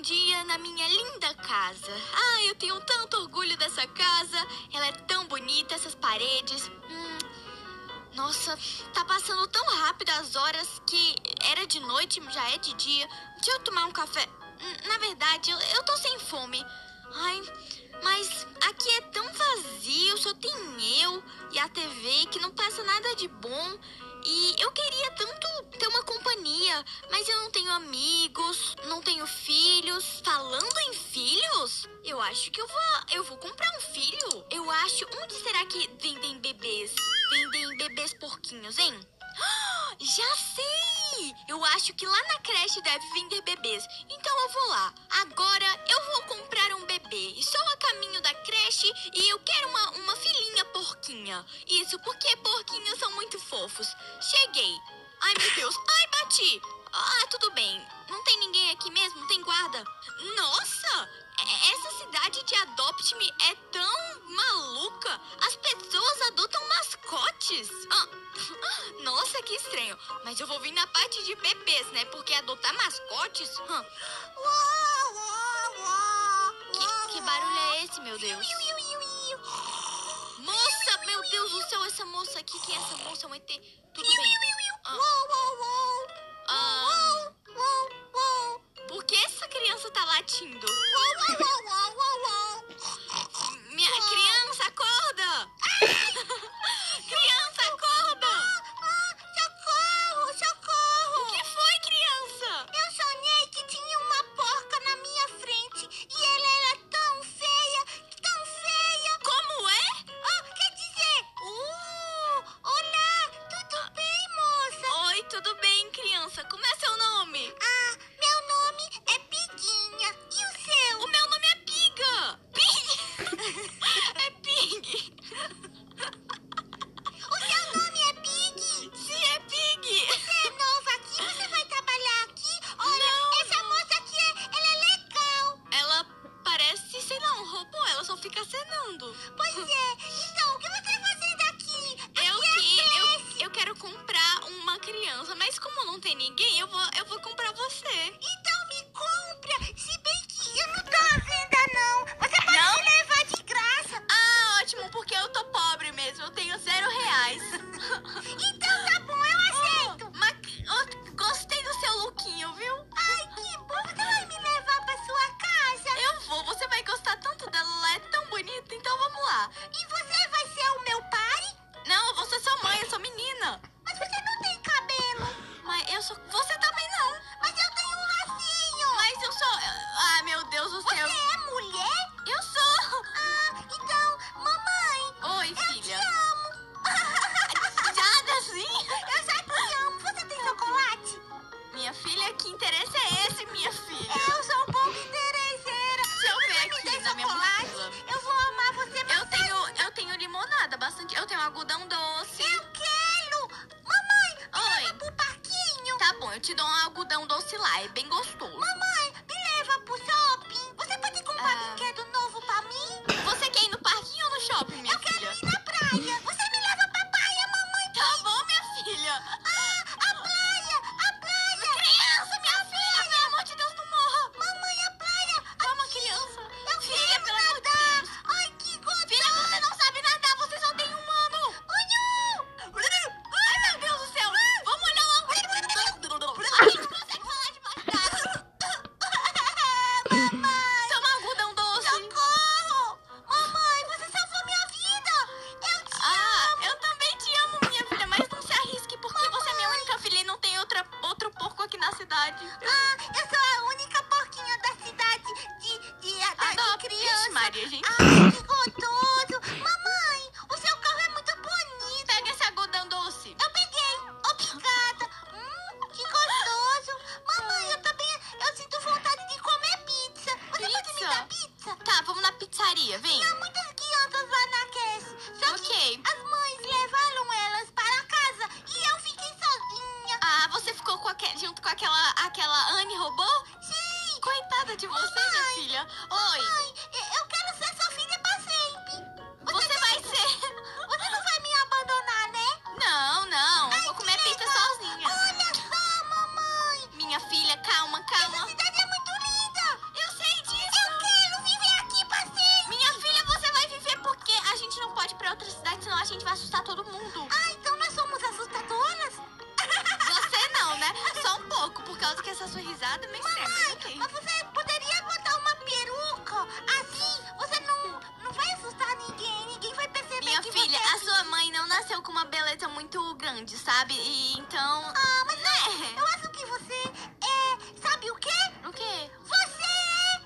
Hum, um casa. Ah, eu tenho tanto orgulho dessa casa. Ela é tão bonita, essas paredes. Hum, nossa, tá passando tão rápido as horas que era de noite, já é de dia. Deixa eu tomar um café. Hum, Na verdade, eu, eu tô sem fome. Ai, mas aqui é tão vazio, só tem eu e a TV que não passa nada de bom. E eu queria tanto ter uma companhia, mas eu não tenho amigos, não tenho filhos. Falando em filhos, eu acho que eu vou, eu vou comprar um filho. Eu acho, onde será que vendem bebês? Vendem bebês porquinhos, hein? Já sei! Eu acho que lá na creche deve vender bebês. Então eu vou lá. Agora eu vou comprar um bebê. Estou a caminho da creche e eu quero uma, uma filhinha porquinha. Isso porque porquinhos são muito fofos. Cheguei. Ai meu Deus. Ai, bati. Ah, tudo bem. Não tem ninguém aqui mesmo? Não tem guarda? Nossa! E- Essa cidade de Adopt-me é tão maluca. As pessoas adotam mascotes. Ah, nossa, que estranho. Mas eu vou vir na parte de bebês, né? Porque adotar mascotes. hum. Que, que barulho é esse, meu Deus? Moça, meu Deus do céu, essa moça aqui, quem é essa moça? É Um ET. Tudo bem. Ah, por que essa criança tá latindo? Minha criança, acorda! Criança, acorda! Ah, Socorro, socorro! O que foi, criança? Eu sonhei que tinha uma porca na minha frente e ela era tão feia, tão feia! Como é? Ah, quer dizer... Uh, olá, tudo bem, moça? Oi, tudo bem, criança. Como é seu nome? Ah, meu nome é Piguinha. E o seu? O meu nome é Piga. Pig. é Pig. O seu nome é Pig? Sim, é Pig. Você é nova aqui, você vai trabalhar aqui? Olha, essa moça aqui, é, ela é legal. Ela parece, sei lá, um robô. Ela só fica acenando. Pois é. Então, o que você vai fazer daqui? Eu que, eu, eu quero comprar uma criança, mas como não tem ninguém, eu vou, eu vou comprar você. Então me compra, se bem que eu não tô à venda não. Você pode me levar de graça. Ah, ótimo, porque eu tô pobre mesmo, eu tenho zero reais. então tá bom, eu aceito. mas eu gostei do seu lookinho, viu? Ai, que bom, você vai me levar pra sua casa? Eu vou, você vai gostar tanto dela, ela é tão bonita, então vamos lá. E você vai ser o meu pai? Não, eu vou ser sua mãe, eu sou menina. Mas você não tem cabelo. Mas eu sou. Você também não. Mas eu tenho um lacinho. Mas eu sou. Ah, meu Deus do céu. Você é mulher? Eu sou. Ah, então, mamãe. Oi, filha. Eu te amo. Nada assim. sim? Eu já te amo. Você tem chocolate? Minha filha, que interesse é esse, minha filha? Eu sou um pouco interesseira. Deixa eu ver aqui na minha mochila. Eu vou amar você mais. Eu tenho, eu tenho limonada bastante. Eu tenho algodão doce. Eu quero! Mamãe, Oi. pro parquinho. Tá bom, eu te dou um algodão doce lá. É bem gostoso. Mamãe, me leva pro shopping. Você pode comprar brinquedo novo pra mim? Ah. Você quer ir no parquinho ou no shopping, minha filha? Eu quero ir na praia. Você me leva pra praia, mamãe. Tá bom, minha filha. Ah, a praia, a praia. Criança, minha filha. Pelo amor de Deus, não morra. Mamãe, a praia. Calma, criança. Eu filha, pelo amor de Deus. Ai, que gota. Filha, você não sabe nadar. Você só tem um ano. Olha. Ai, meu Deus do céu. Vamos olhar lá. Gente, consegue falar debaixo d'água? Ah, é Ah, é Hum, Tá, Ah, é né? um cuidado, é mas certo, então Mamãe, ok. mas você poderia botar uma peruca? Assim, você não, não vai assustar ninguém. Ninguém vai perceber Minha que filha, você... é assim. a sua mãe não nasceu com uma beleza muito grande, sabe? E então. Ah, mas né? eu acho que você é... Sabe o quê? O quê? Você é...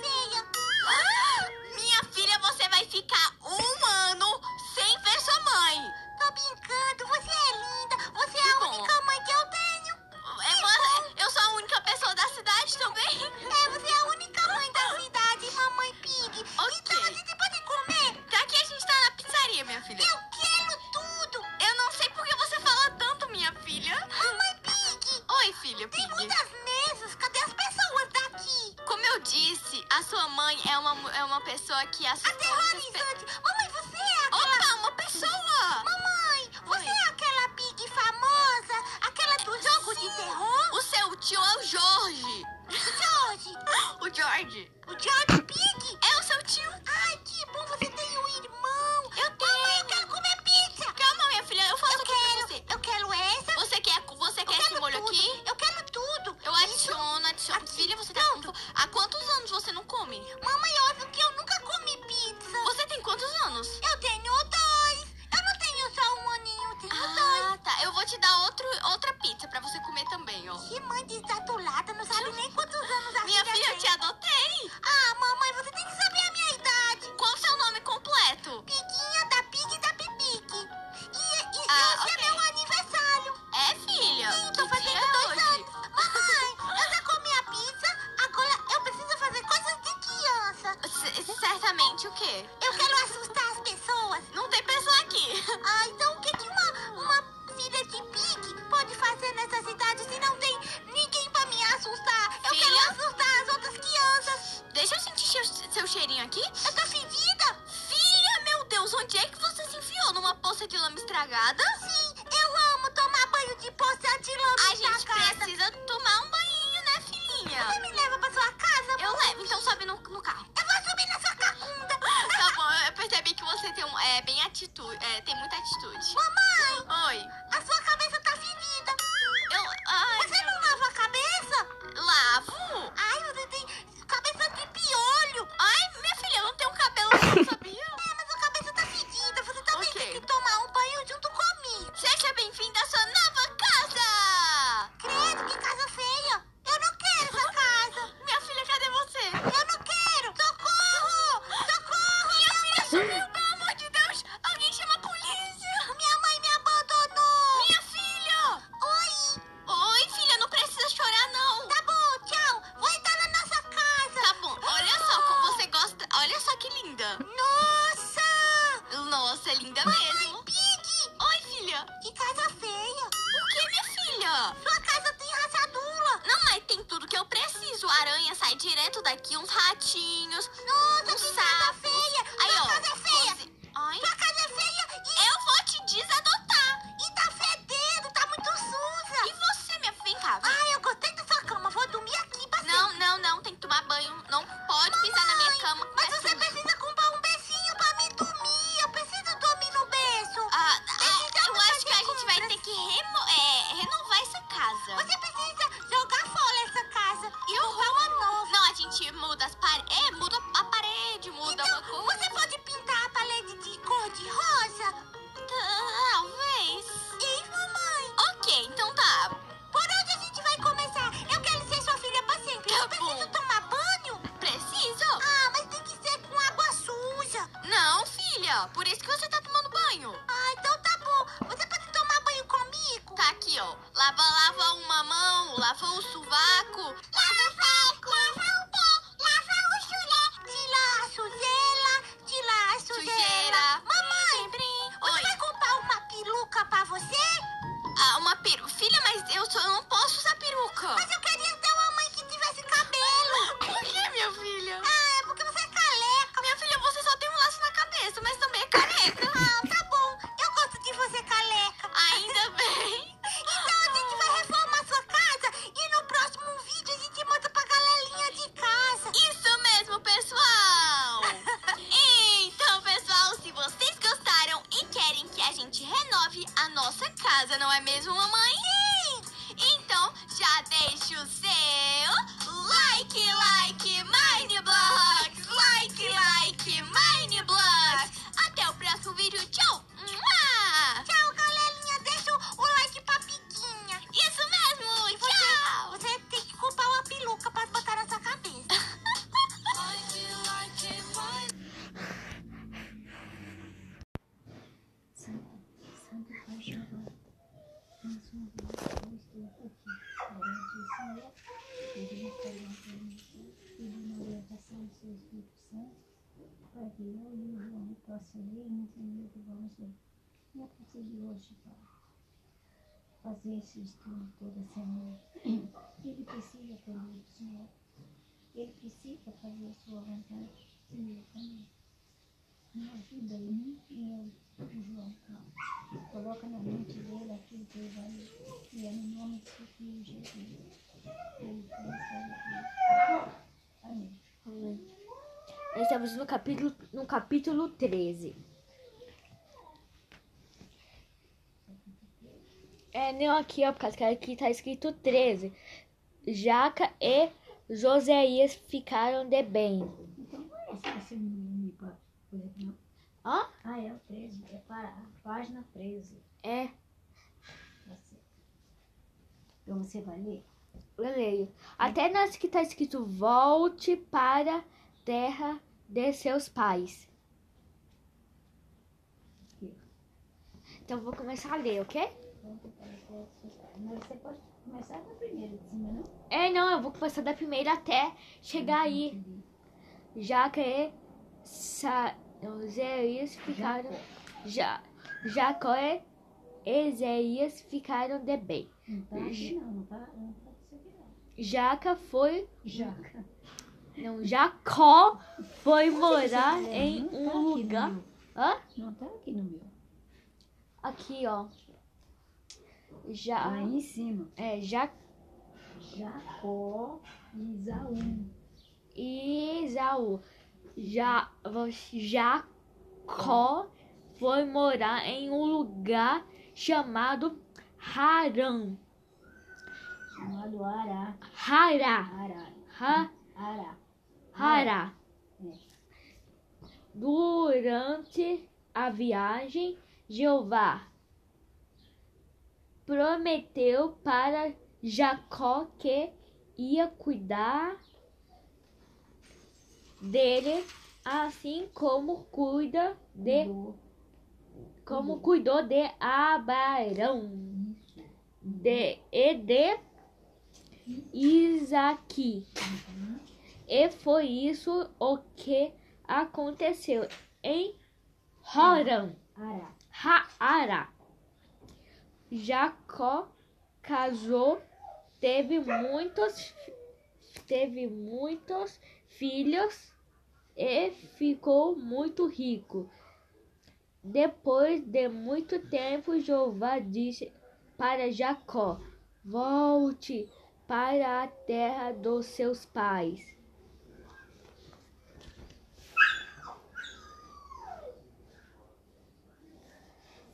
Feia. Ah, Ah, Minha filha, você vai ficar um ano sem ver sua mãe. Tô brincando. Você é linda. Você é Que a bom. única mãe que eu tenho. É vo- eu sou a única pessoa da cidade também. É, você é a única mãe da cidade, mamãe Pig. Então a Ok. gente pode comer. Tá aqui a gente tá na pizzaria, minha filha. Eu quero tudo. Eu não sei por que você fala tanto, minha filha. Mamãe Pig, Oi, filha tem Pig. muitas mesas. Cadê as pessoas daqui? Como eu disse, a sua mãe é uma, mu- é uma pessoa que assustou muitas pessoas. Aterrorizante. Mamãe, você é a... Opa, uma pessoa! Mamãe, você é aquela Pig famosa? Aquela do jogo de Sim. terror? O seu tio é o Jorge. George. O Jorge. O George Pig? É o seu tio. Ai, que bom, você tem um irmão. Eu Mamãe, eu tenho. quero comer pizza. Calma, minha filha, eu faço Eu aqui pra quero, você. eu quero essa. Você quer, você quer esse molho tudo. aqui? Eu quero tudo. Eu adiciono, adiciono. Aqui. Filha, você tá com fo- Há quantos anos você não come? Mamãe, é óbvio que eu nunca comi pizza. Você tem quantos anos? Eu tenho dois. Eu não tenho só um aninho, eu tenho dois. Ah, tá. Eu vou te dar outro, outra pizza pra você comer também, ó. Que mãe desatulada, não sabe nem quantos anos a Minha filha, eu tem. te adotei. Ah, mamãe, você tem que saber a minha idade. Qual o seu nome completo? Piguinha da Pig e da Pipique. E, e Ah, hoje ok. é meu aniversário. É, filha. Sim, tô que dia fazendo é dois hoje? anos. Mamãe, eu já comi a pizza, agora eu preciso fazer coisas de criança. C- certamente o quê? Eu quero assustar as pessoas. Não tem pessoa aqui. Ah, então o que, que uma, uma filha de Pig pode fazer nessa cidade se não tem ninguém pra me assustar? Eu Filha? quero assustar as outras crianças. Deixa eu sentir seu, seu cheirinho aqui. Eu tô fedida? Filha, meu Deus, onde é que você se enfiou? Numa poça de lama estragada? Sim, eu amo tomar banho de poça de lama A gente casa. precisa tomar um banhinho, né, filhinha? Você me leva pra sua casa? Eu levo, então sobe no, no carro. Eu vou subir na sua cacunda. Tá bom, eu percebi que você tem um, é, bem atitude, é, tem muita atitude. Mamãe, Oi. a sua cabeça tá fedida. Eu, ai, Você não lava a cabeça? lavo? Ai, você tem cabeça de piolho. Ai, minha filha, eu não tenho cabelo, não sabia? É, mas a cabeça tá fedida. Você também Ok. tem que tomar um banho junto comigo. Seja bem-vinda à sua nova casa! Credo, que casa feia! Eu não quero essa casa! Minha filha, cadê você? Eu não quero! Socorro! Socorro! Minha filha sumiu, pelo amor de Deus! Alguém chama a polícia! Minha mãe me abandonou! Minha filha! Oi! Oi, filha, não precisa chorar, não! Tá bom, tchau! Vou entrar na nossa casa! Tá bom, olha só como você gosta. Olha só que linda! Nossa! Nossa, é linda Mamãe mesmo! Pig! Oi, filha! Que casa feia! O que, minha filha? Sua casa tem rachadura! Não, mas tem tudo que eu preciso. Aranha sai direto daqui, uns ratinhos. Nossa, Um que casa sapo. feia! Aí, Sua ó. casa é feia! cozi- Ai, Sua casa é feia e, eu vou te desadotar. e tá fedendo! Tá muito E suja! você, minha filha? Vem cá, vem. Ai, eu gostei da sua cama! Vou dormir aqui pra Não, não, não. Tem que tomar banho. Não pode pisar na minha Mãe, cama. Mas É você sujo. precisa comprar um beijinho pra mim dormir. Eu preciso dormir no beijo. Ah, ah, Tem que eu fazer acho que a gente vai compras. ter que remo- é, renovar essa casa. Você é precisa jogar fora essa casa e comprar uma nova. Não, a gente muda as paredes. É, muda a parede, muda Então, uma coisa. você pode pintar a parede de cor de rosa? Talvez. Ei, mamãe, Ok, então tá. por onde a gente vai começar? Eu quero ser sua filha pra sempre. Tá eu preciso bom. tomar banho? Preciso? Ah, mas tem que ser com água suja. Não, filha. Por isso que você tá tomando banho. Ah, então tá bom. Você pode tomar banho comigo? Tá aqui, ó. Lava, lava uma mão, lava o sovaco. Lava o pé, lava o pé, lava o chulé, tira a sujeira, tira a sujeira. Sujeira. Mamãe, você Oi. vai comprar uma peruca pra você? Ah, uma peruca. Filha, mas eu, só, eu não posso usar peruca. Mas eu queria ter uma mãe que tivesse cabelo. Por que, minha filha? Ah, é porque você é careca. Minha filha, você só tem um laço na cabeça, mas também é careca. Ah, tá bom, eu gosto de você careca. Ainda bem. Então a gente vai reformar sua casa e no próximo vídeo a gente manda pra galerinha de casa. Isso mesmo, pessoal! Então, pessoal, se vocês gostaram e querem que a gente renove a nossa casa, não é mesmo, mamãe? Então, já deixa o seu like, like, Mineblocks! Like, like, Mineblocks! Até o próximo vídeo, tchau! Mua! Tchau, galerinha. Deixa o like pra Piguinha. Isso mesmo, tchau! Você tem que comprar uma peruca pra botar na sua cabeça. para que eu e o João possam ler e entender o Evangelho. E a partir de hoje, Pai, fazer esse estudo toda semana. Ele precisa aprender o Senhor. Ele precisa fazer a sua vontade, Senhor, também. Me ajuda em mim e eu, o João Paulo. Coloca na mente dele aquilo que ele vai ler. E é no nome do seu filho Jesus. Ele pensa em Amém. Nós estamos no capítulo, no capítulo 13. É, não aqui, ó, por causa que aqui tá escrito 13. Jaca e Josias ficaram de bem. Então parece que esse menino para coisa que não. Hã? Ah, é o 13, é para a página 13. É, Tá certo. Então você vai ler? eu leio. Até nas que tá escrito volte para terra de seus pais. Então vou começar a ler, ok? Volta para o texto. Mas você pode começar com a primeira de cima, não? É, não, eu vou começar da primeira até chegar aí. Entendi. já que é sa, é Zéias ficaram já Jacó e Ezeias ficaram de bem. Não tá aqui não, não tá, não tá isso aqui não. Jaca foi Jaca. não Jacó foi morar Não em tá um aqui no lugar. meu. Hã? Não tá aqui no meu. Aqui ó. Já Aí em cima. é já Jacó e Isaú. Isaú. Já Jacó foi morar em um lugar chamado Haran. Chamado Ará. Hará. Ará. Ha, Ará. hará. É. Durante a viagem, Jeová prometeu para Jacó que ia cuidar dele, assim como cuida de Do- como cuidou de Abarão de, e de Isaqui. E foi isso o que aconteceu em Horão, Ará. Haará. Jacó casou, teve muitos, fi- teve muitos filhos e ficou muito rico. Depois de muito tempo, Jeová disse para Jacó: Volte para a terra dos seus pais.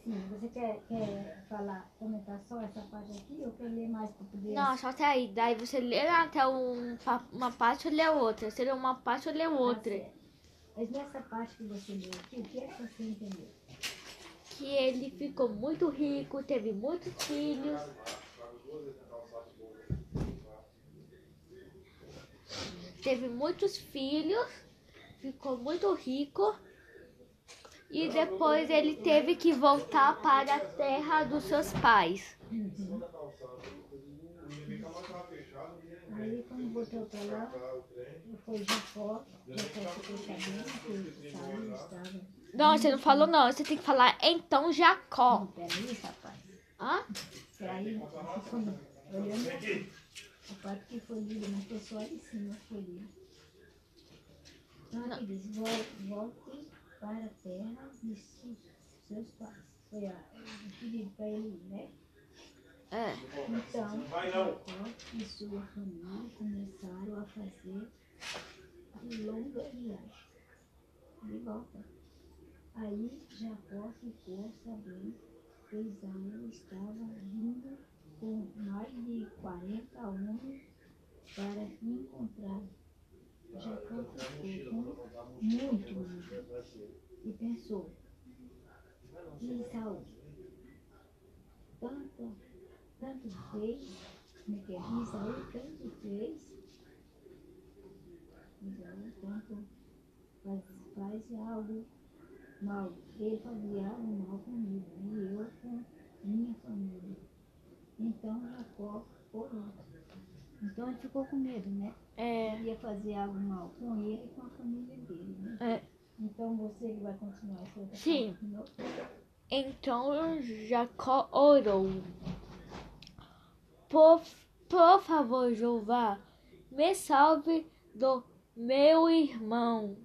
Sim, você quer, quer falar, comentar só essa parte aqui ou quer ler mais para poder... Não, só até aí. Daí você lê até um, pa- uma parte ou lê outra. Você lê uma parte ou lê outra. Tá certo. Mas nessa parte que você leu aqui, o que é que você entendeu? que ele ficou muito rico, teve muitos filhos. Teve muitos filhos, ficou muito rico. E depois ele teve que voltar para a terra dos seus pais. Aí, quando voltou pra lá, foi Jacó, Jacó ficou sabendo que Saúl estava... Não, você não falou não, você tem que falar então Jacó. Não, peraí, rapaz. Hã? Peraí, rapaz, foi olhando aqui. A parte que foi lida, mas foi só ali em cima, foi lida. Então, aqui diz, "Vol- volte para a terra de si- seus pais. Foi a, o pedido para ele, né? É. Então, Jacó e sua família começaram a fazer a longa viagem de volta. é, Aí Jacó ficou sabendo que Isaú estava vindo por mais de 40 anos para me encontrar. Já conversou com muitos e pensou, e saúde. Tanto, tanto fez, me que Isaú tanto fez, Isaú tanto faz, faz algo mal, ele fazia algo mal comigo e eu com minha família. Então Jacó orou. Então ele ficou com medo, né? É, Ia fazer algo mal com ele e com a família dele, né? é. Então você que vai continuar essa outra Sim. parte de novo? Então Jacó orou. Por, por favor, Jeová, me salve do meu irmão.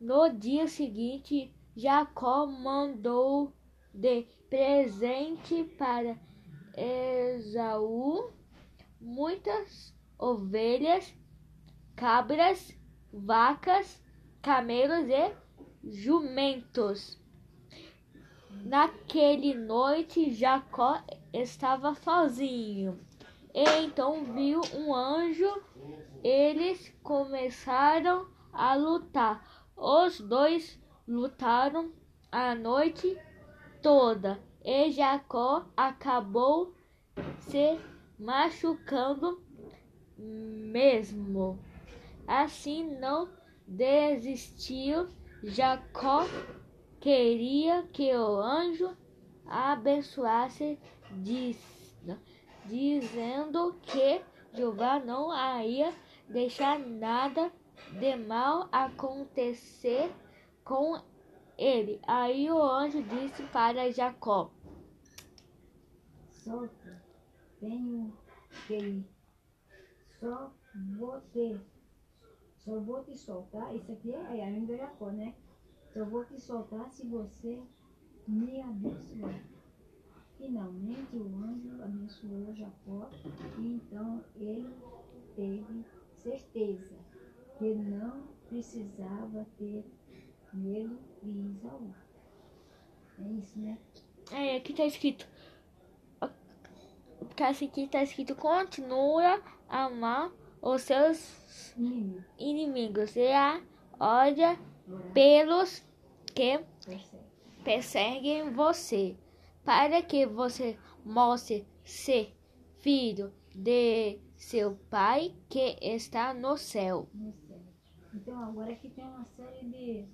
No dia seguinte, Jacó mandou de presente para Esaú muitas ovelhas, cabras, vacas, camelos e jumentos. Naquele noite, Jacó estava sozinho. E então viu um anjo. Eles começaram a lutar. Os dois lutaram a noite toda. E Jacó acabou se machucando mesmo. Assim não desistiu. Jacó queria que o anjo abençoasse, diz- dizendo que Jeová não ia deixar nada de mal acontecer com ele. Aí o anjo disse para Jacó: solta, tenho que ir. Só vou te, só vou te soltar. Isso aqui é a língua da cor, né? Só vou te soltar se você me abençoar. Finalmente o anjo abençoou Jacó e então ele teve certeza que não precisava ter medo de Isaú. É isso, né? É, aqui tá escrito. Porque aqui tá escrito: continua a amar os seus Menino, inimigos e a ódia orar, pelos que percebe. perseguem você, para que você mostre ser filho de seu pai que está no céu. no céu. Então agora aqui tem uma série de,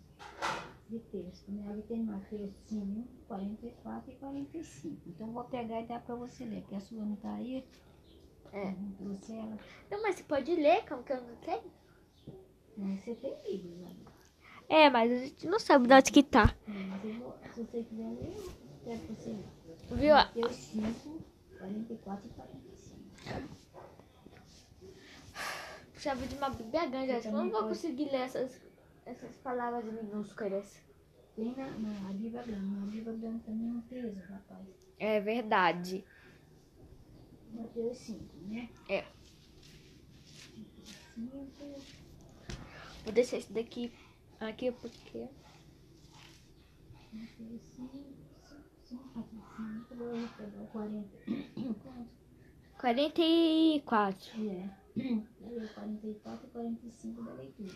de textos, né? Aqui tem Mateus 5, 44 e 45. Então eu vou pegar e dar para você ler, que a sua não tá aí. É. Não trouxe ela. Não, mas você pode ler, como que eu não sei? Mas você tem livro, né? É, mas a gente não sabe de onde que tá. Mas eu vou, se você quiser ler, eu pego pra você ler. Viu? Mateus 5, 44 e 45. Precisava de uma bíblia grande, acho que eu não vou conseguir ler essas, essas palavras minúsculas. Tem na, na a Bíblia Grande. Na Bíblia Grande também é um peso, rapaz. É verdade. Mateus 5, né? é um É. 5. Vou deixar isso daqui aqui porque. é É, 44. Cadê o 44 e 45 da leitura.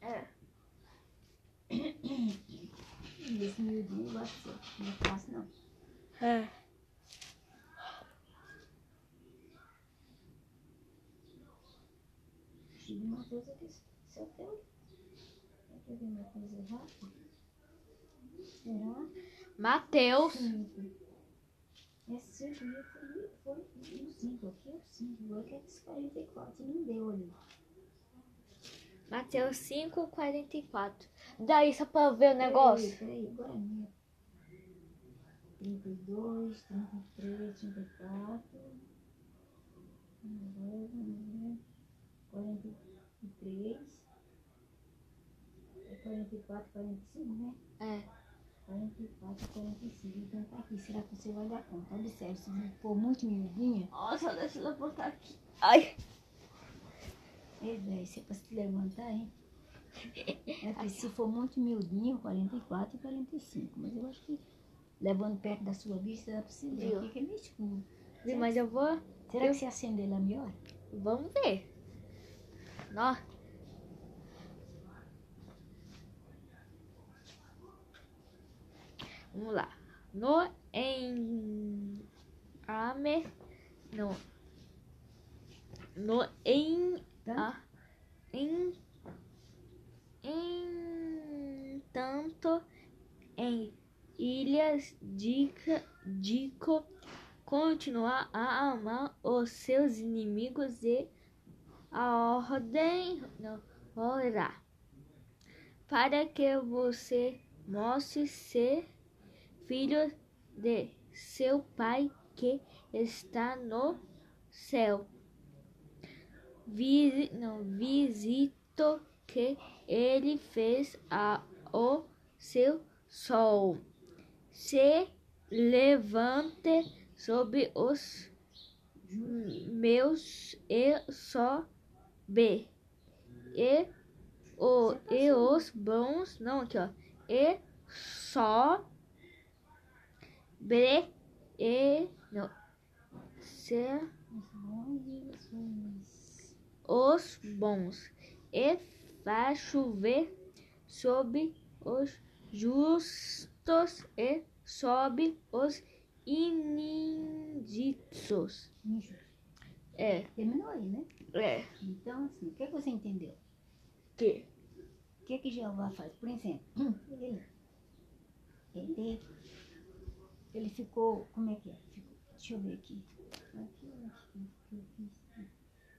É. E Esse miudinho eu gosto de ser. Não é fácil, não. É. Tive uma coisa que se eu tenho. Será que eu vi uma coisa errada? Será? Mateus. 5. Esse 5 mil foi o 5. Aqui é o 5. Agora que é esse 44 não deu ali. Mateus 5, 44. Daí só pra eu ver o negócio. Peraí, peraí, agora é minha. 32, 33, 34. Agora vamos ver. 43. É 44, 45, né? É. 44, 45. Então tá aqui. Será que você vai dar conta? Observe, se for muito miudinha, Nossa, deixa eu levantar aqui. Ai. ei, velho, você pode se levantar, hein? É que se for muito miudinho, 44 e 45. Mas eu acho que levando perto da sua vista, dá pra você ler Viu? aqui que é meio escuro. Mas eu vou. Será que se acender ela melhora? Vamos ver. Nó. Vamos lá. No em ame no no ah, em a em em tanto em ilhas dica dico continuar a amar os seus inimigos e a ordem não, orar para que você mostre ser filho de seu pai que está no céu. Visi, não, visito que ele fez a o seu sol. Se levante sobre os meus e só B. E, o, e os bons, não, aqui ó. E só B. E, não. Se, Os bons sonhos. os bons e faz chover sobre os justos e sobre os injustiços. É, Terminou aí, né? é, Então, assim, o que, que você entendeu? que O que, que Jeová faz? Por exemplo, hum, ele, ele, ele ficou, como é que é? Ficou- deixa eu ver aqui. Aqui, eu acho que eu fiz.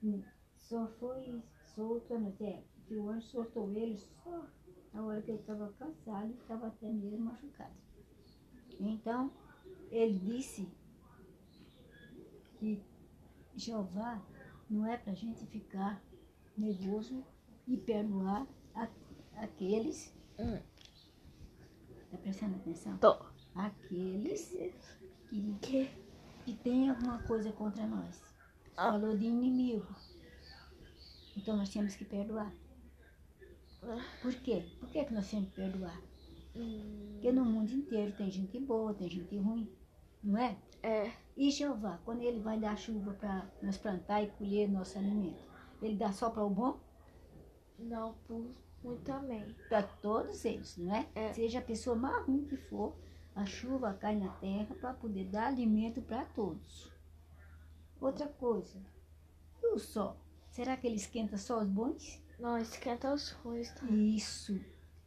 Hum, Só foi solto, a noite, é, que o anjo soltou ele só na hora que ele estava cansado e estava até mesmo machucado. Então, ele disse que Jeová não é para a gente ficar nervoso e perdoar a- aqueles. Hum. Tá prestando atenção? tô. Aqueles que, que tem alguma coisa contra nós. Ah. Falou de inimigo. Então nós temos que perdoar. Por quê? Por que, que nós temos que perdoar? Porque no mundo inteiro tem gente boa, tem gente ruim, não é? É, E Jeová, quando ele vai dar chuva para nós plantar e colher nosso alimento, ele dá só para o bom? não, por muita mente. para todos eles, não é? É. Seja a pessoa mais ruim que for, a chuva cai na terra para poder dar alimento para todos. Outra coisa, e o sol? Será que ele esquenta só os bons? Não, esquenta os ruins também. Isso.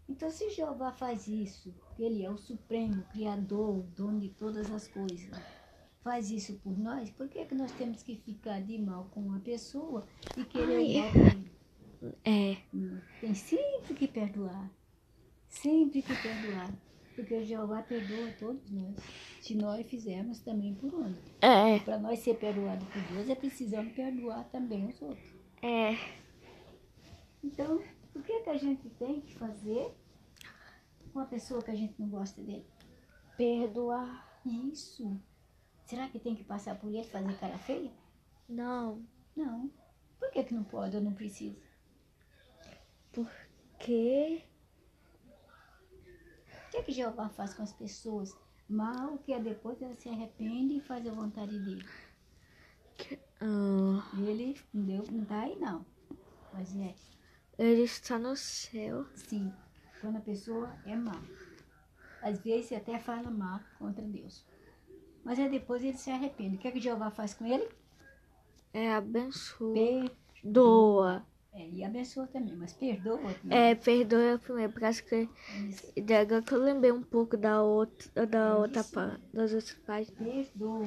Então, se Jeová faz isso, que ele é o supremo, criador, dono de todas as coisas, faz isso por nós, por que, que nós temos que ficar de mal com uma pessoa e querer o mal com ele? É, Hum, Tem sempre que perdoar. Sempre que perdoar. Porque o Jeová perdoa todos nós. Se nós fizermos também por onde. é, Para nós ser perdoado por Deus, é precisamos perdoar também os outros. é. Então, o que, que a gente tem que fazer com a pessoa que a gente não gosta dele? É Perdoar. Isso. Será que tem que passar por ele fazer cara feia? Não, Não. Por que, que não pode ou não precisa? que O que, que Jeová faz com as pessoas? Mal que é depois elas se arrependem e fazem a vontade dele. ah, Ele não deu, não tá aí não. Mas é ele está no céu. sim, quando a pessoa é má. Às vezes até fala má contra Deus. Mas aí depois ele se arrepende. O que é que Jeová faz com ele? É abençoa. Perdoa. Doa. É, e abençoa também, mas perdoa. né? É, perdoa primeiro, por causa que, Isso. de agora que eu lembrei um pouco da outra, da É outra isso. pá- das outras páginas. Perdoa.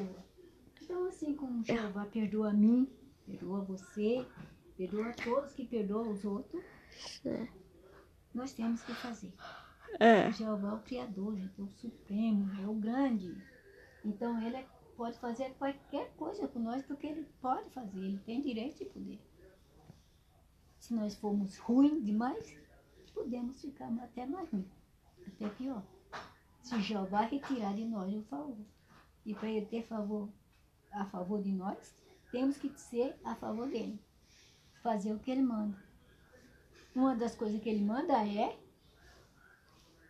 Então assim como Jeová perdoa a mim, perdoa você, perdoa a todos que perdoam os outros, né? nós temos que fazer. É. Jeová é o Criador, gente, é o Supremo, é o grande. Então ele é- pode fazer qualquer coisa com nós, porque ele pode fazer, ele tem direito e poder. Se nós formos ruins demais, podemos ficar até mais ruim, até pior. Se Jeová retirar de nós o favor. E para ele ter favor a favor de nós, temos que ser a favor dele. Fazer o que ele manda. Uma das coisas que ele manda é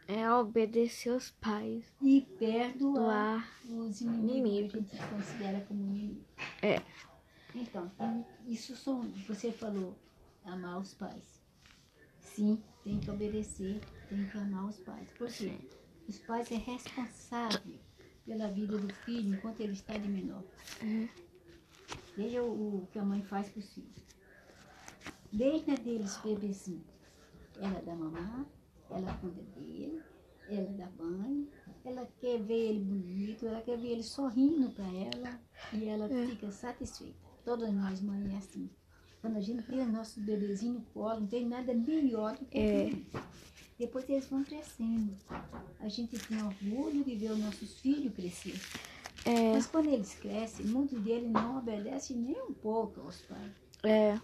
É obedecer os pais. e perdoar Doar. os inimigos. Inimigos. gente considera como inimigo. É. Então, tem- isso são, você falou, amar os pais. Sim, tem que obedecer, tem que amar os pais. Por quê? Os pais é responsável pela vida do filho enquanto ele está de menor. Veja o, o que a mãe faz para os filhos. Desde deles bebezinho. Ela dá mamar, ela cuida dele, ela dá banho, ela quer ver ele bonito, ela quer ver ele sorrindo para ela e ela É. fica satisfeita. Todas nós, mães, é assim. Quando a gente tem o nosso bebezinho no colo, não tem nada melhor do que É. isso. Depois eles vão crescendo. A gente tem orgulho de ver os nossos filhos crescer. É. Mas quando eles crescem, muitos deles não obedecem nem um pouco aos pais. É.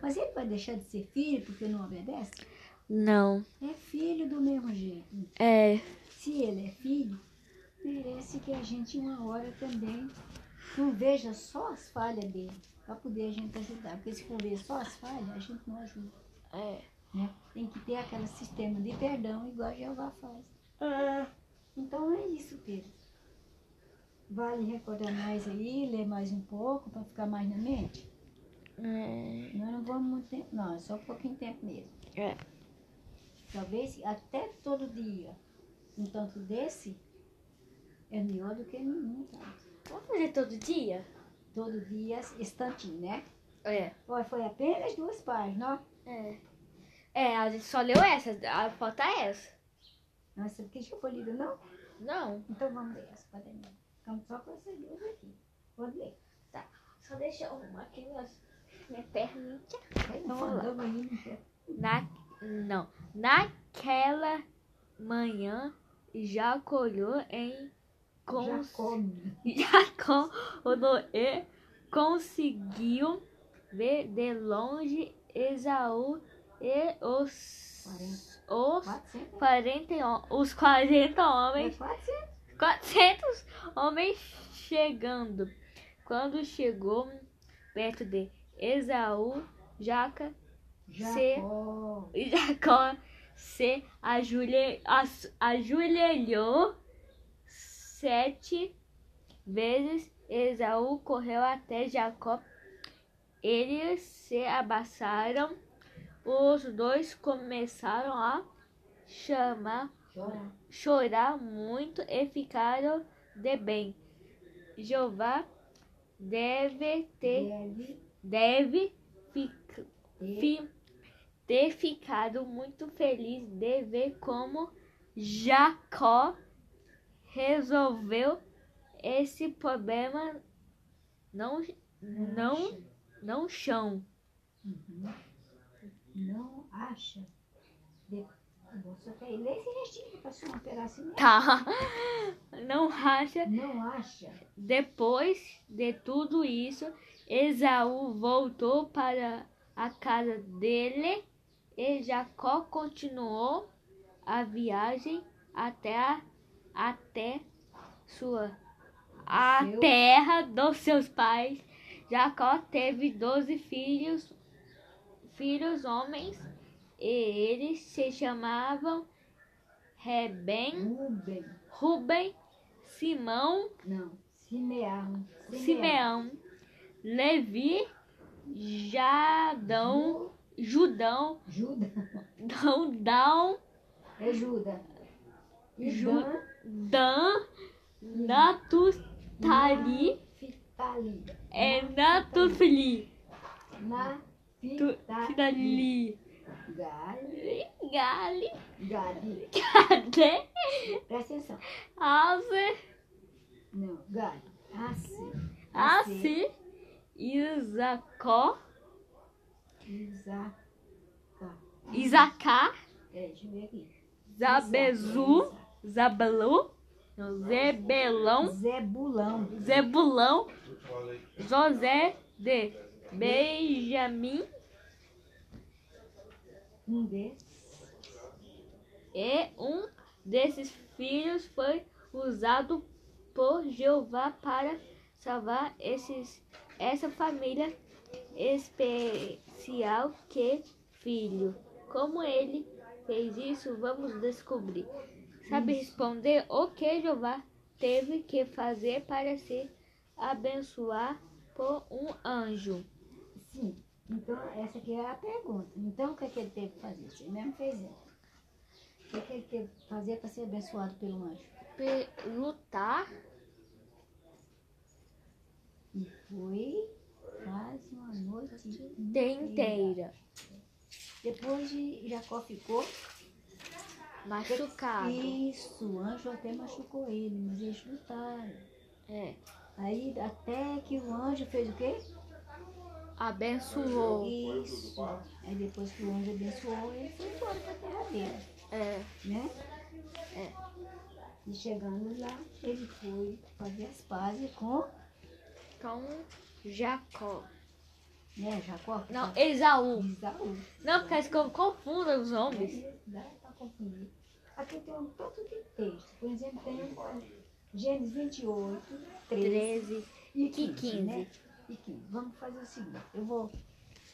Mas ele vai deixar de ser filho porque não obedece? Não. É filho do mesmo jeito. É. Se ele é filho, merece que a gente uma hora também não veja só as falhas dele, para poder a gente ajudar. Porque se for ver só as falhas, a gente não ajuda. É. né? Tem que ter aquele sistema de perdão igual Jeová faz. Então é isso, Pedro. Vale recordar mais aí, ler mais um pouco para ficar mais na mente? É. Nós não vamos muito tempo, não, é só um pouquinho tempo mesmo. É. Talvez até todo dia. Um tanto desse é melhor do que nenhum tanto. Vamos fazer todo dia? Todo dia, instantinho, né? É. Ó, Foi apenas duas páginas, ó. É. É, a gente só leu essa, a falta essa. Nossa, porque já foi lido, não? Não. Então vamos ler essa panelinha. Ficamos só com essas duas aqui. Pode ler. Só deixa eu arrumar aqui minhas, minha perninha. Então, vou lá. andamos aí no pé. Na, não. Naquela manhã, Jacó olhou em. Já Cons... come. né? Jacó olhou e conseguiu ver de longe Esaú e os. Os 400? 40, e hom- os 40 É homens 400? 400 homens chegando. Quando chegou perto de Esaú, Jaca Já Cê- come. e Jacó se ajoelhe- as- ajoelhou sete vezes. Esaú correu até Jacó. Eles se abraçaram. Os dois começaram a chamar Chora. chorar muito e ficaram de bem. Jeová deve ter, Deve deve fic- ter fi- ter ficado muito feliz de ver como Jacó resolveu esse problema não não acha. não chão. Uhum. Não acha. De... Você quer ir ler esse restinho, passou um pedacinho. Tá. Não racha Não acha. Depois de tudo isso, Esaú voltou para a casa dele e Jacó continuou a viagem até, a- até sua a Seu- terra dos seus pais. Jacó teve doze filhos, filhos homens, e eles se chamavam Reben, Rubem. Ruben, Simão, Não. Simeão. é? Simeão, Levi, Jadão, Ju- Judão, Juda. Dão, Dão, É Juda. E Ju- Dan, Dan, Natutali, Naphtali. é Natufli, Tu- Naphtali. Finali, Gal- Gali, Gade. Cadê, Presta atenção. Aze, Não. Gade. Assim. Assi, Isacó, Isaac. Tá. Isacá, É, deixa eu ver aqui. Zabezu, Zabelu, Zebelão, Zebulão. Zebulão, José de Benjamin Um desses. e um desses filhos foi usado por Jeová para salvar esses, essa família especial que filho. Como ele fez isso, vamos descobrir. Sabe responder o que Jeová teve que fazer para se abençoar por um anjo. Sim. Então, essa aqui é a pergunta. Então, o que, é que ele teve que fazer? Você mesmo fez ela. O que, é que ele teve que fazer para ser abençoado pelo anjo? Pe- Lutar E foi quase uma noite de inteira, Depois de Jacó ficou. machucado. Isso, o anjo até machucou ele, mas eles lutaram. É, Aí até que o anjo fez o quê? abençoou. Isso. Aí depois que o anjo abençoou, ele foi embora para a terra dele, É, né? É. E chegando lá, ele foi fazer as pazes com com Jacó. né, Jacó. que Não, tava Esaú. com Isaú. Não, porque eles confundem os nomes. Dá para confundir. Aqui tem um tanto de texto. Por exemplo, tem um Gênesis 28, 13. 13. E Que 15, 15. né? E 15. Vamos fazer o seguinte, eu vou,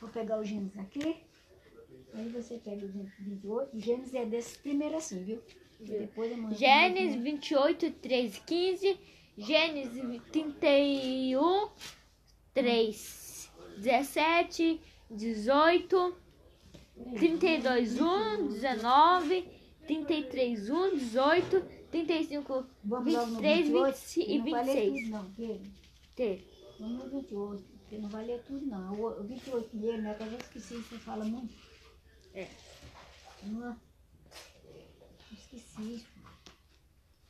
vou pegar o Gênesis aqui, aí você pega o Gênesis 28, o Gênesis é desse primeiro assim, viu? E Viu. depois amanhã... Gênesis 28, 3, 15. Gênesis 31, 3, 17, 18, 32, 1, 19, 33, 1, 18, 35, Vamos logo no 23, 28, 25 e que Não vai ler 26. tudo não, Pedro. T. Vamos no 28, porque não vai ler tudo não. O o 28 e ele, né, que eu já esqueci, você fala muito. É. Vamos lá. Esqueci.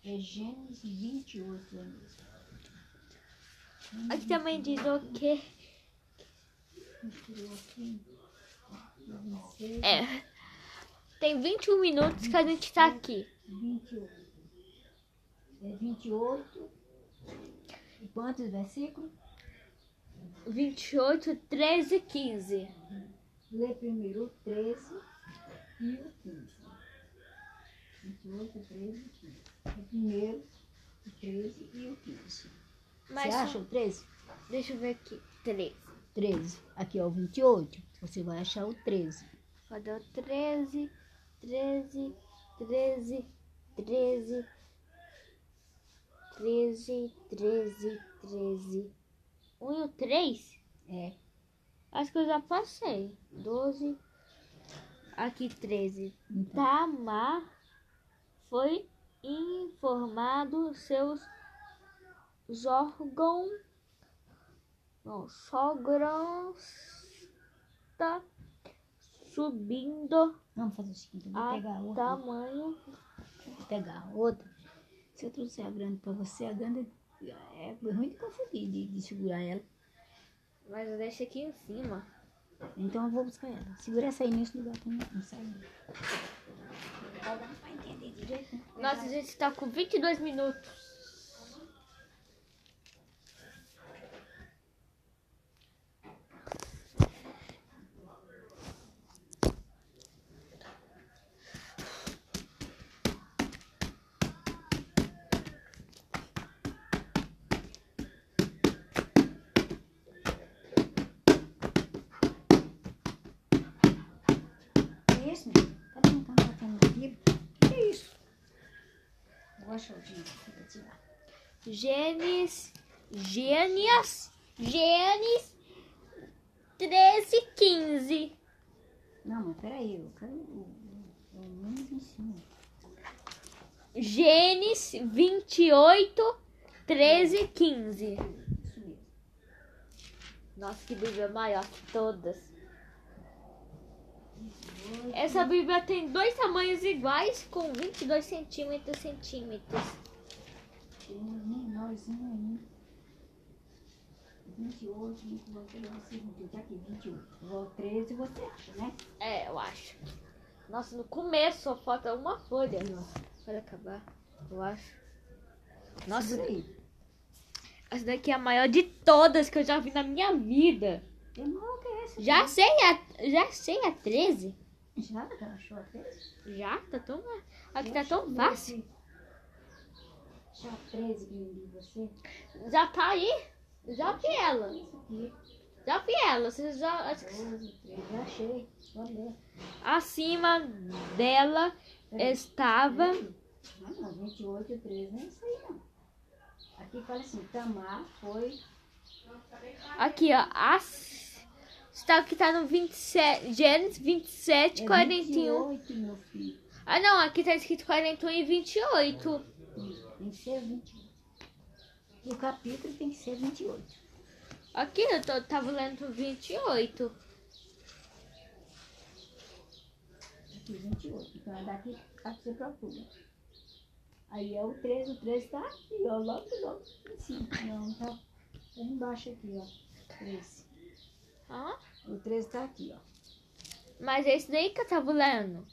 É Gênesis 28, é mesmo. Aqui também diz o quê? Misturou aqui. Não sei. É. Tem 21 minutos que a gente tá aqui. 28. É 28. E quantos versículos? 28, 13, 15. Lê primeiro o 13 e o 15. 28, 13 e 15. O primeiro, o 13 e o 15. Mas Você acha o 13? deixa eu ver aqui. 13. 13. Aqui ó, o 28. Você vai achar o 13. Cadê o 13? 13, 13, 13, 13, 13, 13. 1 e o 3? É. Acho que eu já passei. 12. Aqui 13. Então, Tamar foi informado seus órgãos, não, sogras, tá subindo vamos fazer o seguinte. Eu vou a pegar a outra. tamanho. Vou pegar a outra. Se eu trouxer a grande pra você, a grande é ruim de confundir, de, de segurar ela. Mas eu deixo aqui em cima. Então eu vou buscar ela. Segura essa aí nesse lugar também. Não sai. não. Não vai entender direito. né? Nossa, a gente tá com 22 minutos. Que isso, menina? Tá brincando batendo na Bíblia? Que é isso? Gosta, gente. Fica de lá. Gênesis, Gênesis, Gênesis 13, 15. Não, mas peraí. Eu quero o- o- o menos em cima. Gênesis 28, 13, 15. Isso mesmo. Nossa, que Bíblia é maior que todas. Essa Bíblia tem dois tamanhos iguais, com 22 centímetros, centímetros. Temos um menorzinho ainda. 28, 28, 28. Aqui, 28. Vou 13 você acha, né? É, eu acho. Nossa, no começo só falta uma folha para acabar, eu acho. Nossa, Segura aí. essa daqui é a maior de todas que eu já vi na minha vida. Tem maior que é essa. Já sei a, já sei a 13. Já? Já achou a 13? Já? Tá tão. Aqui tá tão fácil. Já 13, menino, você? Já tá aí? Já vi ela. Isso aqui. Já vi ela. Você já. acho que- 12, 13. Já achei. Vamos ler. Acima dela estava. Ah, não, 28 e 13 não é isso aí, não. Aqui fala assim, Tamar foi Aqui, ó. As... Está que tá no 27. Gênesis 27, é 41. 28, meu filho. Ah, não. Aqui tá escrito 41 e 28. Tem que ser 28. E o capítulo tem que ser 28. Aqui eu tô, tava lendo 28. Aqui, 28. Então é daqui a que você procura. Aí é o 13, o 13 tá aqui, ó. Logo, logo em cima. Não, tá tá embaixo aqui, ó. 13. Hã? O 13 tá aqui, ó. Mas é isso daí que eu tava lendo.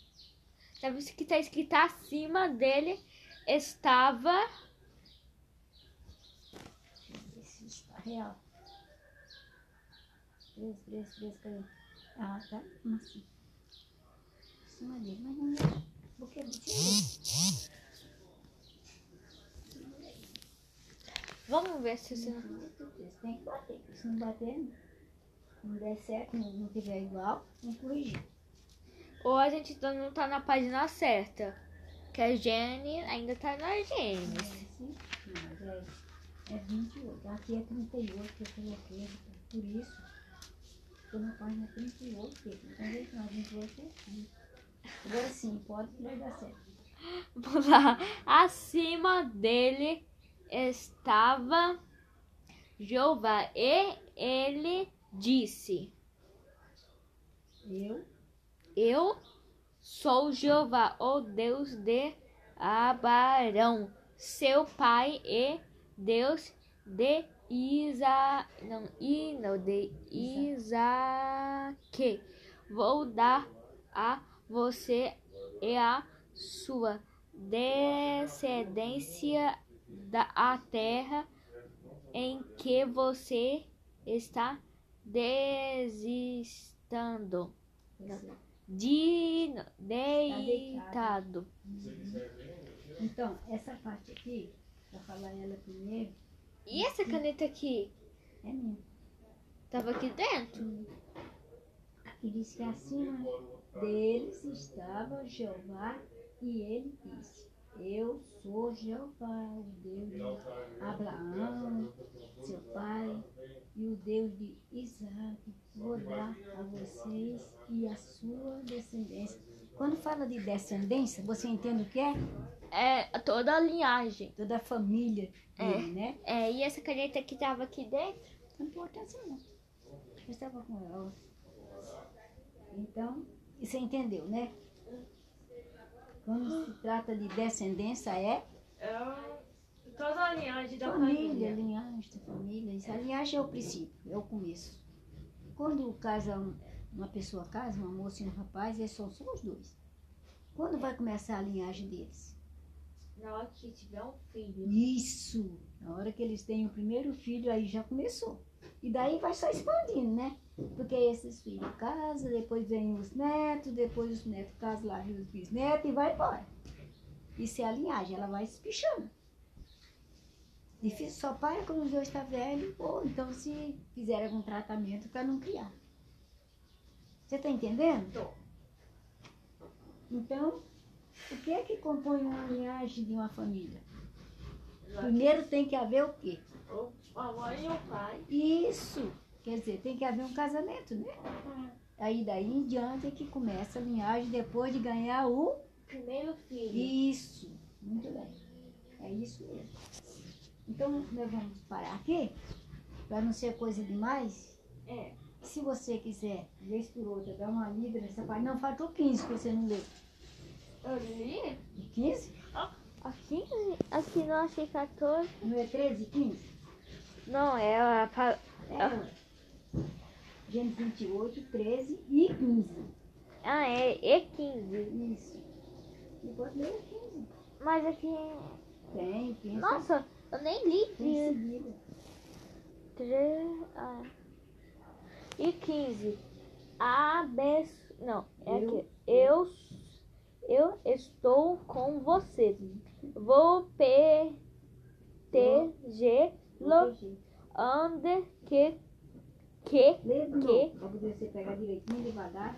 Tá visto que tá escrito acima dele estava. Esse está real. 13, 13, 13, cadê? Ah, tá. Macio. Em cima dele, mas não é. Porque é muito Vamos ver se você. Você tem que bater. Se não bater, não der certo, não não tiver igual, tem que corrigir. Ou a gente ainda não tá na página certa. Que a Jenny ainda tá na É Gênesis. assim, mas é, é 28. Aqui é 38 que eu coloquei, é por isso. Estou na página 38, Pedro. Não tem jeito não, 28 é aqui. Agora sim, pode que vai dar certo. Vamos lá. Acima dele estava Jeová e ele disse: Eu, Eu sou Jeová, o Deus de Abarão, seu pai e Deus de Isa, não, I, não, de Isaque. Vou dar a você e a sua descendência da a terra em que você está desistando você. de deitado. Então, essa parte aqui, pra falar ela primeiro, E essa caneta aqui? é minha. Tava aqui dentro? E diz que acima deles estava Jeová, e ele disse: Eu sou Jeová, o Deus de Abraão, seu pai, e o Deus de Isaac. Vou dar a vocês e a sua descendência. Quando fala de descendência, você entende o que é? É, toda a linhagem. Toda a família dele, né? É, e essa caneta que tava aqui dentro? Não importa assim, não. Eu estava com ela. Então, e você entendeu, né? Quando se trata de descendência, é É toda a linhagem da família, família. linhagem da família. Isso, a linhagem é o princípio, é o começo. Quando casa um- uma pessoa casa, uma moça e um rapaz, eles são só os dois. Quando vai começar a linhagem deles? Na hora que tiver um filho. Isso! Na hora que eles têm o primeiro filho, aí já começou. E daí vai só expandindo, né? Porque esses filhos casam, depois vem os netos, depois os netos casam lá, vem os bisnetos e vai embora. Isso é a linhagem, ela vai se pichando. Difícil só para quando os dois estão velhos, ou então se fizer algum tratamento para não criar. Você está entendendo? Tô. Então, o que é que compõe uma linhagem de uma família? Primeiro tem que haver o quê? O- A mãe e o pai. Isso! Quer dizer, tem que haver um casamento, né? É. Aí daí em diante é que começa a linhagem depois de ganhar o. Primeiro filho. Isso! Muito bem. É isso mesmo. Então, nós vamos parar aqui, para não ser coisa demais. É. Se você quiser, vez por outra, dar uma lida nessa parte. Não, faltou 15 que você não leu. Eu li. 15? A 15? Aqui não achei 14. Não é 13, 15? Não, é a. pa- É. ué. Gênesis 28, 13 e 15. Ah, é E15. Isso. E pode ler o 15. Mas aqui. Tem, 15. Nossa, eu nem li. Tem seguida. Tre- ah. E 15. Abes... Não, é Eu- aqui. Eu, eu estou com você. Vou protegê-lo onde que, que Lê de Que? novo. Pra poder você pegar direitinho, devagar.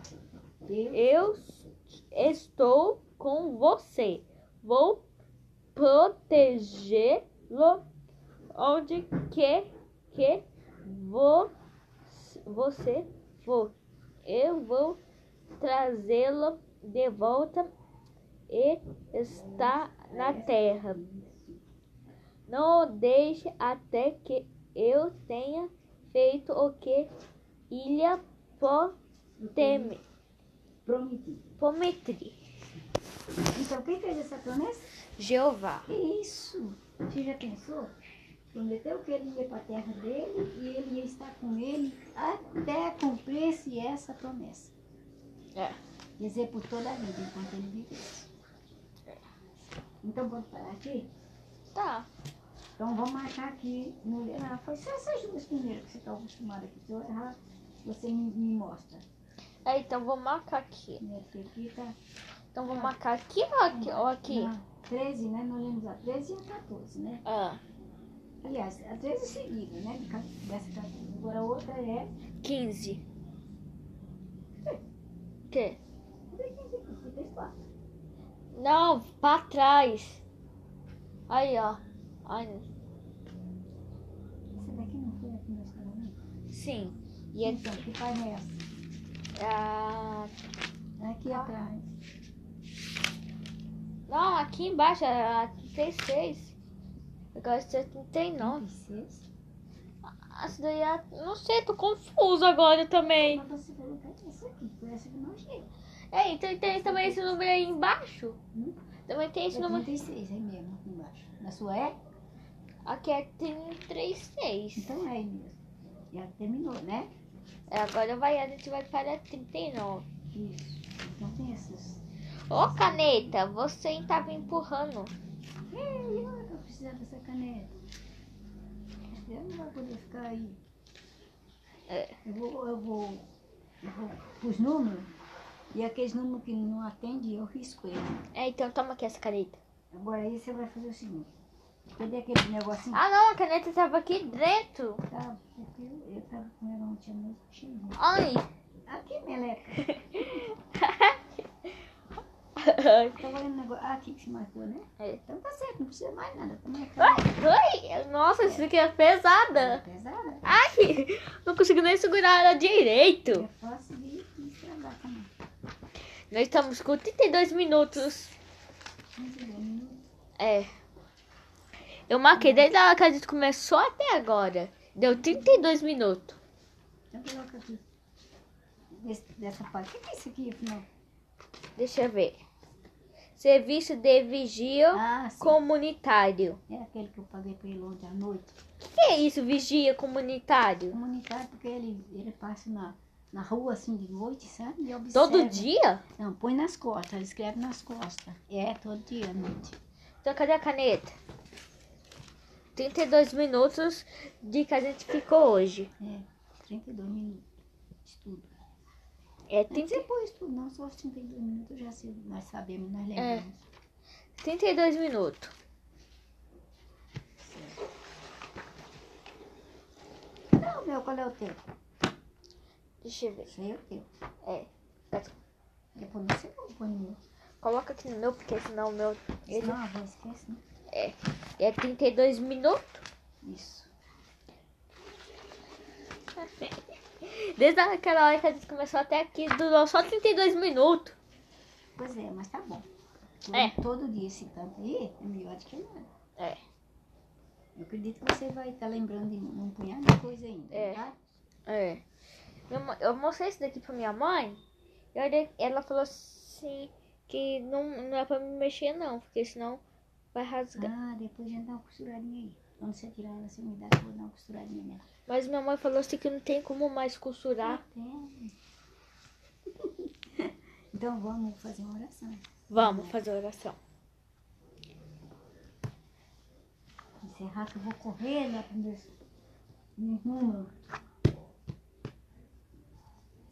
Eu eu estou com você. Vou protegê-lo onde que que vou você for. Eu vou trazê-la de volta e está na terra. Não o deixe até que eu tenha feito o que Ilha Potemi Prometi. Pometri, Então, quem fez essa promessa? Jeová. Que isso? Você já pensou? Prometeu que ele ia para a terra dele e ele ia estar com ele até cumprir-se essa promessa. É. Quer dizer, por toda a vida, enquanto ele vivesse. Então, vamos parar aqui? Tá. Então, vamos marcar aqui. No... Ah, foi só essas duas primeiras que você está acostumada aqui. Se eu errar, você me, me mostra. É, então vou marcar aqui. Primeiro que aqui tá. Então vou marcar aqui ou aqui? Ou aqui? Na 13, né? Nós lemos a 13 e a 14, né? Ah, Aliás, a 13 seguida, né? de ca- Dessa 14. Agora a outra é. 15. Que? Cadê quem tem aqui? Tem quatro. Não, pra trás. Aí, ó. Aí, Essa daqui não foi a que nós falamos? sim. E E é, então, que página é essa? ah, Aqui atrás. não, aqui embaixo é a 36. Agora é 79. 96. Ah, Essa daí é. Não sei, tô confuso agora também. Mas você falou que é essa aqui. Foi essa que não achei. É, então tem também esse número aí embaixo. Hum? Também tem esse É número. 36, aí mesmo, aqui embaixo. Na sua é? Aqui é 36. Então é aí mesmo. Já terminou, né? É, agora vai, a gente vai para 39. Isso. Então tem essas. Ô, caneta, você tava empurrando. Ei, olha que eu precisava dessa caneta. Eu não vou poder ficar aí. É. Eu vou, eu vou, eu vou pros números e aqueles números que não atende eu risco ele. É, então toma aqui essa caneta. Agora aí você vai fazer o seguinte. Cadê aquele negocinho? Ah, não, a caneta tava aqui dentro. Tá, porque eu, eu tava com ela ontem à noite. cheio. Ai. Aqui, meleca. Eu tava olhando o negócio. Ah, aqui que se marcou, né? É. né? Então tá certo, não precisa mais nada. é Também Ai, acabou. ai, nossa, isso aqui é pesada. Pesada. Ai, não consigo nem segurar ela direito. É fácil de de estragar também. Nós estamos com 32 minutos. Muito bem. É. Eu marquei desde a hora que a gente começou até agora. Deu 32 minutos. Eu coloco um aqui. Des- dessa parte. O que que é isso aqui, afinal? Deixa eu ver. Serviço de vigio Ah, sim. comunitário. É aquele que eu paguei pra ele ontem à noite. O que é isso, vigia comunitário? Comunitário, porque ele, ele passa na, na rua assim de noite, sabe? E observa. Todo dia? Não, põe nas costas, ele escreve nas costas. É, todo dia à noite. Então cadê a caneta? 32 minutos de que a gente ficou hoje. É, 32 minutos. Estudo. É Não 30, precisa pôr estudo, não, só os 32 minutos já se nós sabemos, nós É. lembramos. 32 minutos. Não, meu, qual é o teu? Deixa eu ver. Isso aí é o teu. É. Eu põe no seu ou põe no meu? Coloca aqui no meu, porque senão o meu. Ele Senão a avó esquece, né? é 32 minutos. Isso. Desde aquela hora que a gente começou até aqui, durou só 32 minutos. Pois é, mas tá bom. Todo, É. todo dia esse tanto aí é melhor do que nada. É. Eu acredito que você vai estar lembrando de um punhado de coisa ainda, É. tá? É. Minha mãe- Eu mostrei isso daqui pra minha mãe. E olha, ela falou assim: que não, não é pra me mexer, não, porque senão vai rasgar. Ah, depois a gente dá uma costuradinha aí. Quando você tirar ela, você me dá que eu vou dar uma costuradinha nela. Mas minha mãe falou assim que não tem como mais costurar. Tem. então vamos fazer uma oração. Vamos fazer oração. Encerrar que eu vou correr lá pro meu, meu é. rumo.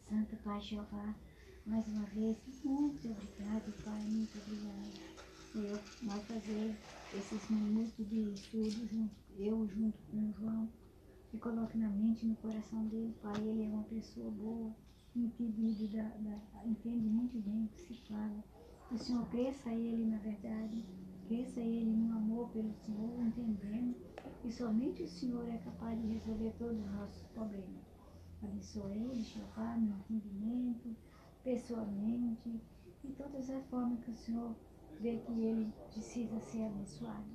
Santo Pai Jeová, mais uma vez, muito obrigado, Pai, muito obrigado. Senhor, nós fazer esses minutos de estudo, junto, eu junto com o João, e coloque na mente e no coração dele, Pai, ele é uma pessoa boa, entendido da, da, entende muito bem o que se fala. Que o Senhor cresça ele na verdade, cresça ele no amor pelo Senhor, entendendo que o somente o Senhor é capaz de resolver todos os nossos problemas. Abençoei, Jeová, meu entendimento, pessoalmente, e todas as formas que o Senhor vê que ele precisa ser abençoado.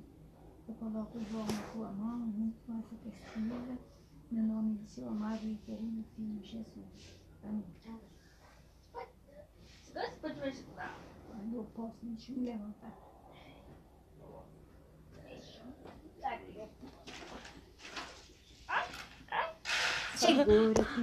Eu coloco o João na tua mão, junto com essa pesquisa, no nome de seu amado e querido Filho Jesus. Amém. Você pode me ajudar? Quando eu posso, deixa eu me levantar. Segura.